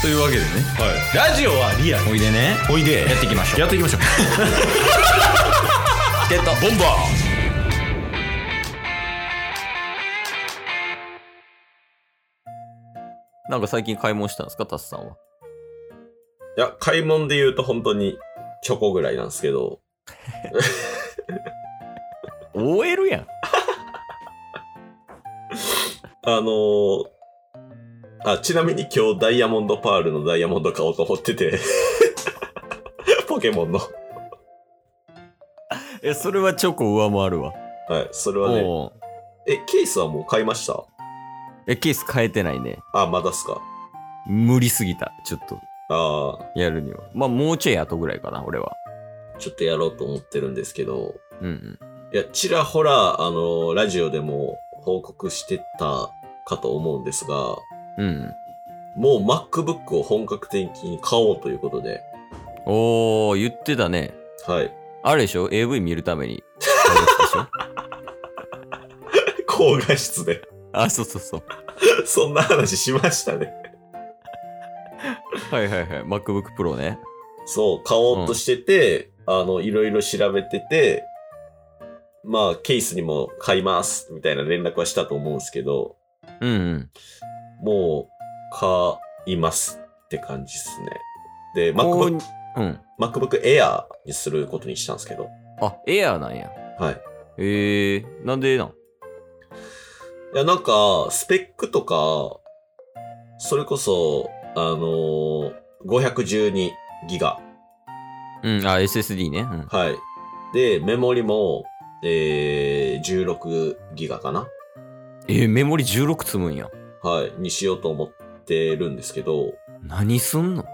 というわけでねはい、ラジオはリアルおいでねおいでやっていきましょうやってい きましょうゲットボンバなんか最近買い物したんですかタスさんはいや、買い物で言うと本当にチョコぐらいなんですけど、 OL やんあのー、あ、ちなみに今日ダイヤモンドパールのダイヤモンド買おうと思ってて、 ポケモンの。えそれはチョコ上回るわはい、それはね。おうえ、ケースはもう買いましたえケース変えてないねあ、まだっすか。無理すぎたちょっとああ、やるにはまあもうちょい後ぐらいかな俺はちょっとやろうと思ってるんですけど、うんうんいや、ちらほら、あのーラジオでも報告してたかと思うんですが、うんうんもう MacBook を本格的に買おうということで、おお言ってたねはい。 あれでしょ AV 見るため に買うやつでしょ高画質で。あそうそうそう そんな話しましたね。はいはいはい MacBookPro ねそう、買おうとしてて、あの、いろいろ調べてて、まあ、ケースにも買います、みたいな連絡はしたと思うんですけど、うんうんもう、買いますって感じですね。で、こう MacBook, うん MacBook Air にすることにしたんですけど、あエアーなんやはい。えー、なんでなんいや、なんか、スペックとか、それこそ、あのー、512ギガ。うんあ SSD ねうんはい。で、メモリも、えー、16ギガかなえー、メモリ16積むんやはい、にしようと思ってるんですけど、何すんの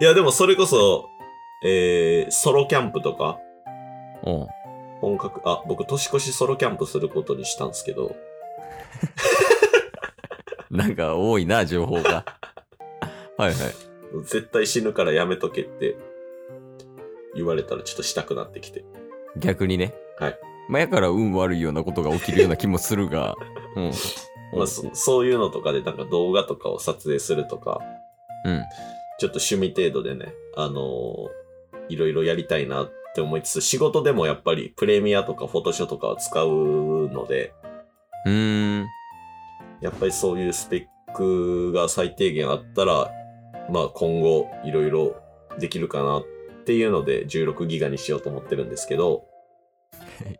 いや、でもそれこそ、えー、ソロキャンプとか、おう本格、あ、僕、年越しソロキャンプすることにしたんですけど、なんか多いな情報 がはいはい絶対死ぬからやめとけって言われたらちょっとしたくなってきて。逆にね。はい。まあ、やから運悪いようなことが起きるような気もする が、うん。まあ、そそういうのとかでなんか動画とかを撮影するとか、うん。ちょっと趣味程度でね、あのーいろいろやりたいなって思いつつ、仕事でもやっぱりプレミアとかフォトショーとかは使うので、うーん。やっぱりそういうスペックが最低限あったら、まあ今後いろいろできるかなっていうので16ギガにしようと思ってるんですけど、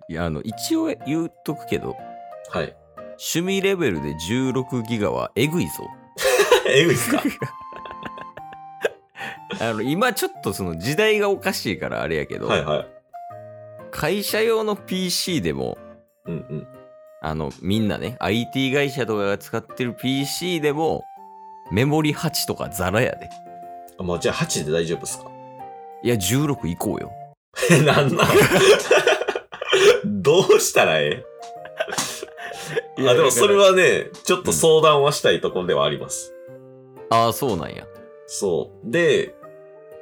いや、あの、一応言っとくけど、はい。趣味レベルで16ギガはえぐいぞ。えぐいっすかあの、今ちょっとその時代がおかしいからあれやけど、はいはい。会社用の PC でも、うんうん。あの、みんなね、IT 会社とかが使ってる PC でも、メモリ8とかザラやで。あもうじゃあ8で大丈夫っすかいや、16いこうよ。え、なんなんどうしたらええあ、でもそれ。はね、ちょっと相談はしたいところではあります。ああ、そうなんや。そう。で、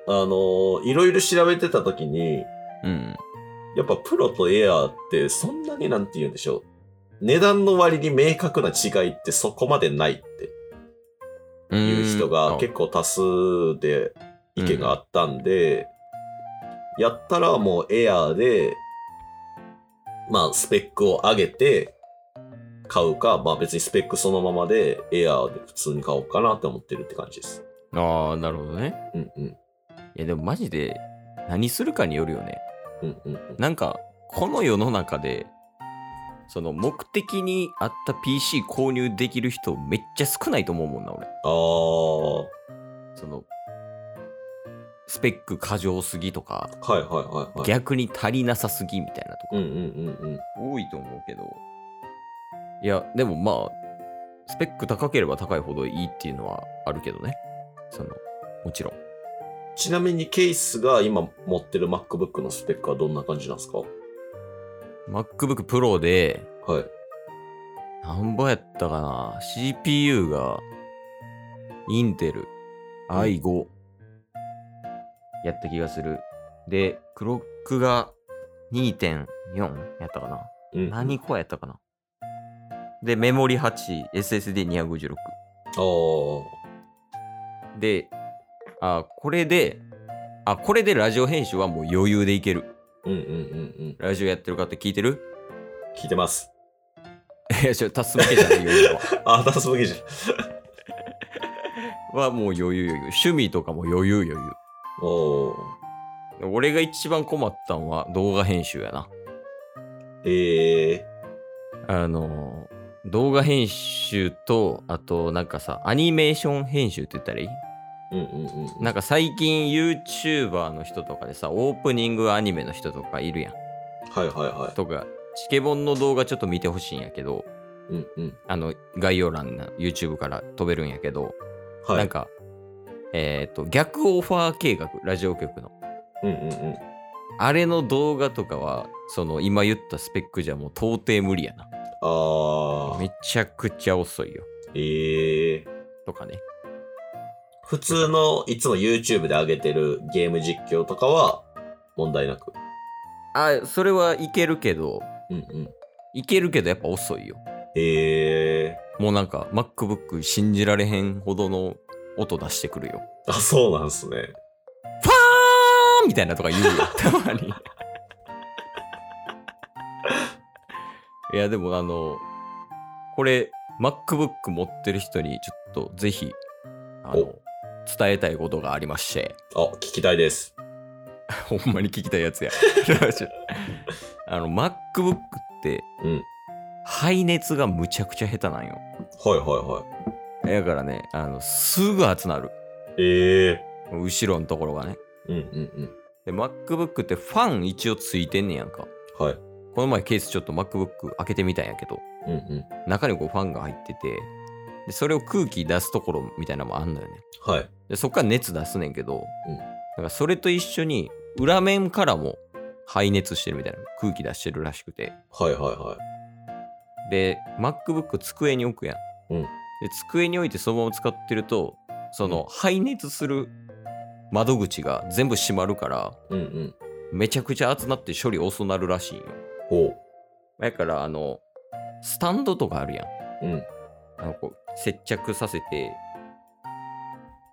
あのーいろいろ調べてた時に、うん。やっぱプロとエアーってそんなになんて言うんでしょう。値段の割に明確な違いってそこまでないっていう人が結構多数で意見があったんで、やったらもうエアーで、まあスペックを上げて買うか、まあ別にスペックそのままでエアーで普通に買おうかなって思ってるって感じです。ああ、なるほどね。うんうん。いや、でもマジで何するかによるよね。うんうんうん。なんか、この世の中で、その目的に合った PC 購入できる人めっちゃ少ないと思うもんな、俺。あー、その、スペック過剰すぎとか、はいはいはいはい。逆に足りなさすぎみたいなとうこんうんうんうん。多いと思うけど。いや、でもまあ、スペック高ければ高いほどいいっていうのはあるけどね。その、もちろん。ちなみにケースが今持ってる MacBook のスペックはどんな感じなんですか MacBook Pro で、はい。なんぼやったかな ?CPU が、インテル i5、やった気がする。で、クロックが2.4やったかなうん。何個やったかなで、メモリ8、SSD256。ああ。で、あ、これで、あ、これでラジオ編集はもう余裕でいける。うんうんうんうん。ラジオやってる方聞いてる 聞いてます。 いや、ちょ、足すわけじゃない余裕は。あ、出すわけじゃん。は もう余裕余裕。趣味とかも余裕余裕。おー。俺が一番困ったんは動画編集やな。ええあのー、動画編集と、あとなんかさ、アニメーション編集って言ったらいいー。うんうんうんうん。なんか最近 YouTuber の人とかでさ、オープニングアニメの人とかいるやん。はいはいはとか、チケボンの動画ちょっと見てほしいんやけど、い。うんうん。あの、概要欄の YouTube から飛べるんやけど、はい。なんか、えっ、と、逆オファー計画、ラジオ局の。うんうんうん。あれの動画とかは、その今言ったスペックじゃもう到底無理やな。あー。めちゃくちゃ遅いよ。ええー。とかね。普通のいつも YouTube で上げてるゲーム実況とかは問題なく。あ、それはいけるけど、うんうん。いけるけどやっぱ遅いよ。ええもうなんか MacBook 信じられへんほどの音出してくるよ。ー。あ、そうなんすフね。ァーンみたいなとか言う よ。たまに。いや、でもあの、これ MacBook 持ってる人にちょっとぜひ、あのお、伝えたいことがありまして。 あ、聞きたいです。ほんまに聞きたいやつや。 あの、MacBook って、うん排熱がむちゃくちゃ下手なんよ。はいはだからね、あの、すぐ熱なる。いはい。ええ後ろのところがね。ー。うんうんで、MacBook ってファン一応ついてんねやんか。うん。はい。この前ケースちょっと MacBook 開けてみたんやけど、うんうん。中にこうファンが入ってて、でそれを空気出すところみたいなのもあんのよね。はい。で、そっから熱出すねんけど、うんだからそれと一緒に裏面からも排熱してるみたいな空気出してるらしくて。はいはいはで、MacBook 机に置くやん。うんで、机に置いてそのまま使ってると、その排熱する窓口が全部閉まるから、い。うんうん。めちゃくちゃ熱なって処理遅なるらしいんよ。ほう。だから、あの、スタンドとかあるやん。うん。あの、こう、接着させて、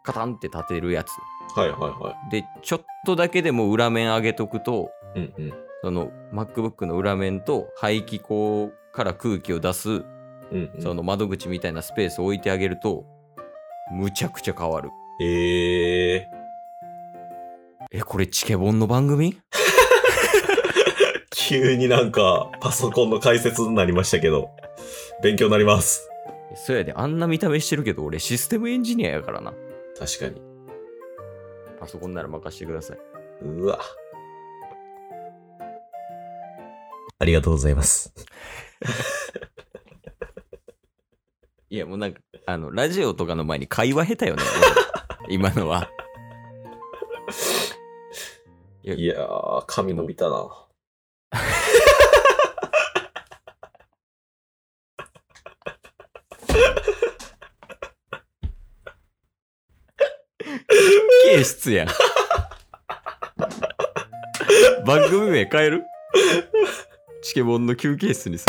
カタンって立てるやつ。はいはいはで、ちょっとだけでも裏面上げとくと、い。うんうん。その MacBook の裏面と排気口から空気を出すうん、うん。その窓口みたいなスペースを置いてあげると、むちゃくちゃ変わる。えええ、これチケボンの番組ー。急になんかパソコンの解説になりましたけど、勉強になります。そうやで、あんな見た目してるけど、俺システムエンジニアやからな。確かに。パソコンなら任してください。うわ。ありがとうございます。いや、もうなんか、あの、ラジオとかの前に会話下手よね。 俺今のは。いやいやー、髪伸びたな。軽質やん。番組名変えるチケボンの休憩室にす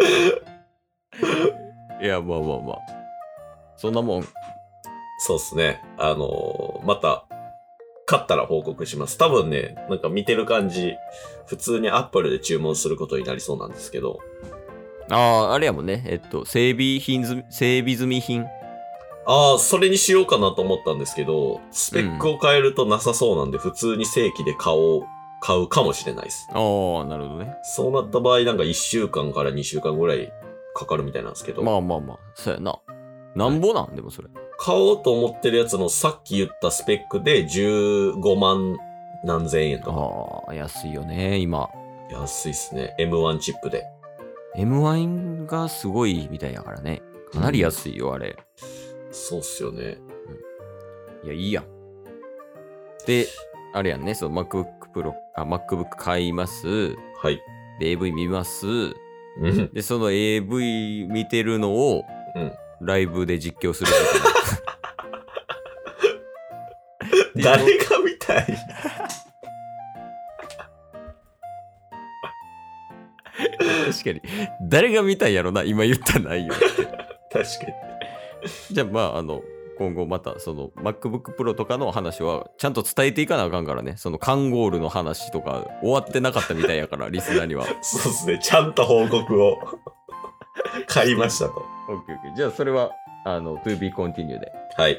る。いや、まあまあまあ。そんなもん、そうっすね。あのー、また、勝ったら報告します。多分ね、なんか見てる感じ、普通にアップルで注文することになりそうなんですけど、ああ、あれやもんね。えっと、整備品済み、整備済み品。ああ、それにしようかなと思ったんですけど、スペックを変えるとなさそうなんで、普通に正規で顔を買うかもしれないです。ああ、なるほどね。そうなった場合、なんか1週間から2週間ぐらいかかるみたいなんですけど、まあまあまあ、そうやな。なんぼなんでもそれ。買おうと思ってるやつのさっき言ったスペックで15万何千円とか。ああ、安いよね、今。安いっすね。M1 チップで。 M1 がすごいみたいやからね。かなり安いよ、あれ。そうっすよね。いや、いいやん。で、あれやんね、その MacBook Pro、あ、MacBook 買います。はい。で、AV 見ます。うん。で、その AV 見てるのを、うんライブで実況する。 誰が見たい 確かに。誰が見たいやろな、今言った内容。確かに。じゃあ、まあ、あの、今後またその MacBook Pro とかの話はちゃんと伝えていかなあかんからねそのカンゴールの話とか終わってなかったみたいやからリスナーに はそうですね。ちゃんと報告を 買いましたと。 OKOK じゃあそれはあの To be continue で、ははい。い、よ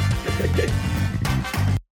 す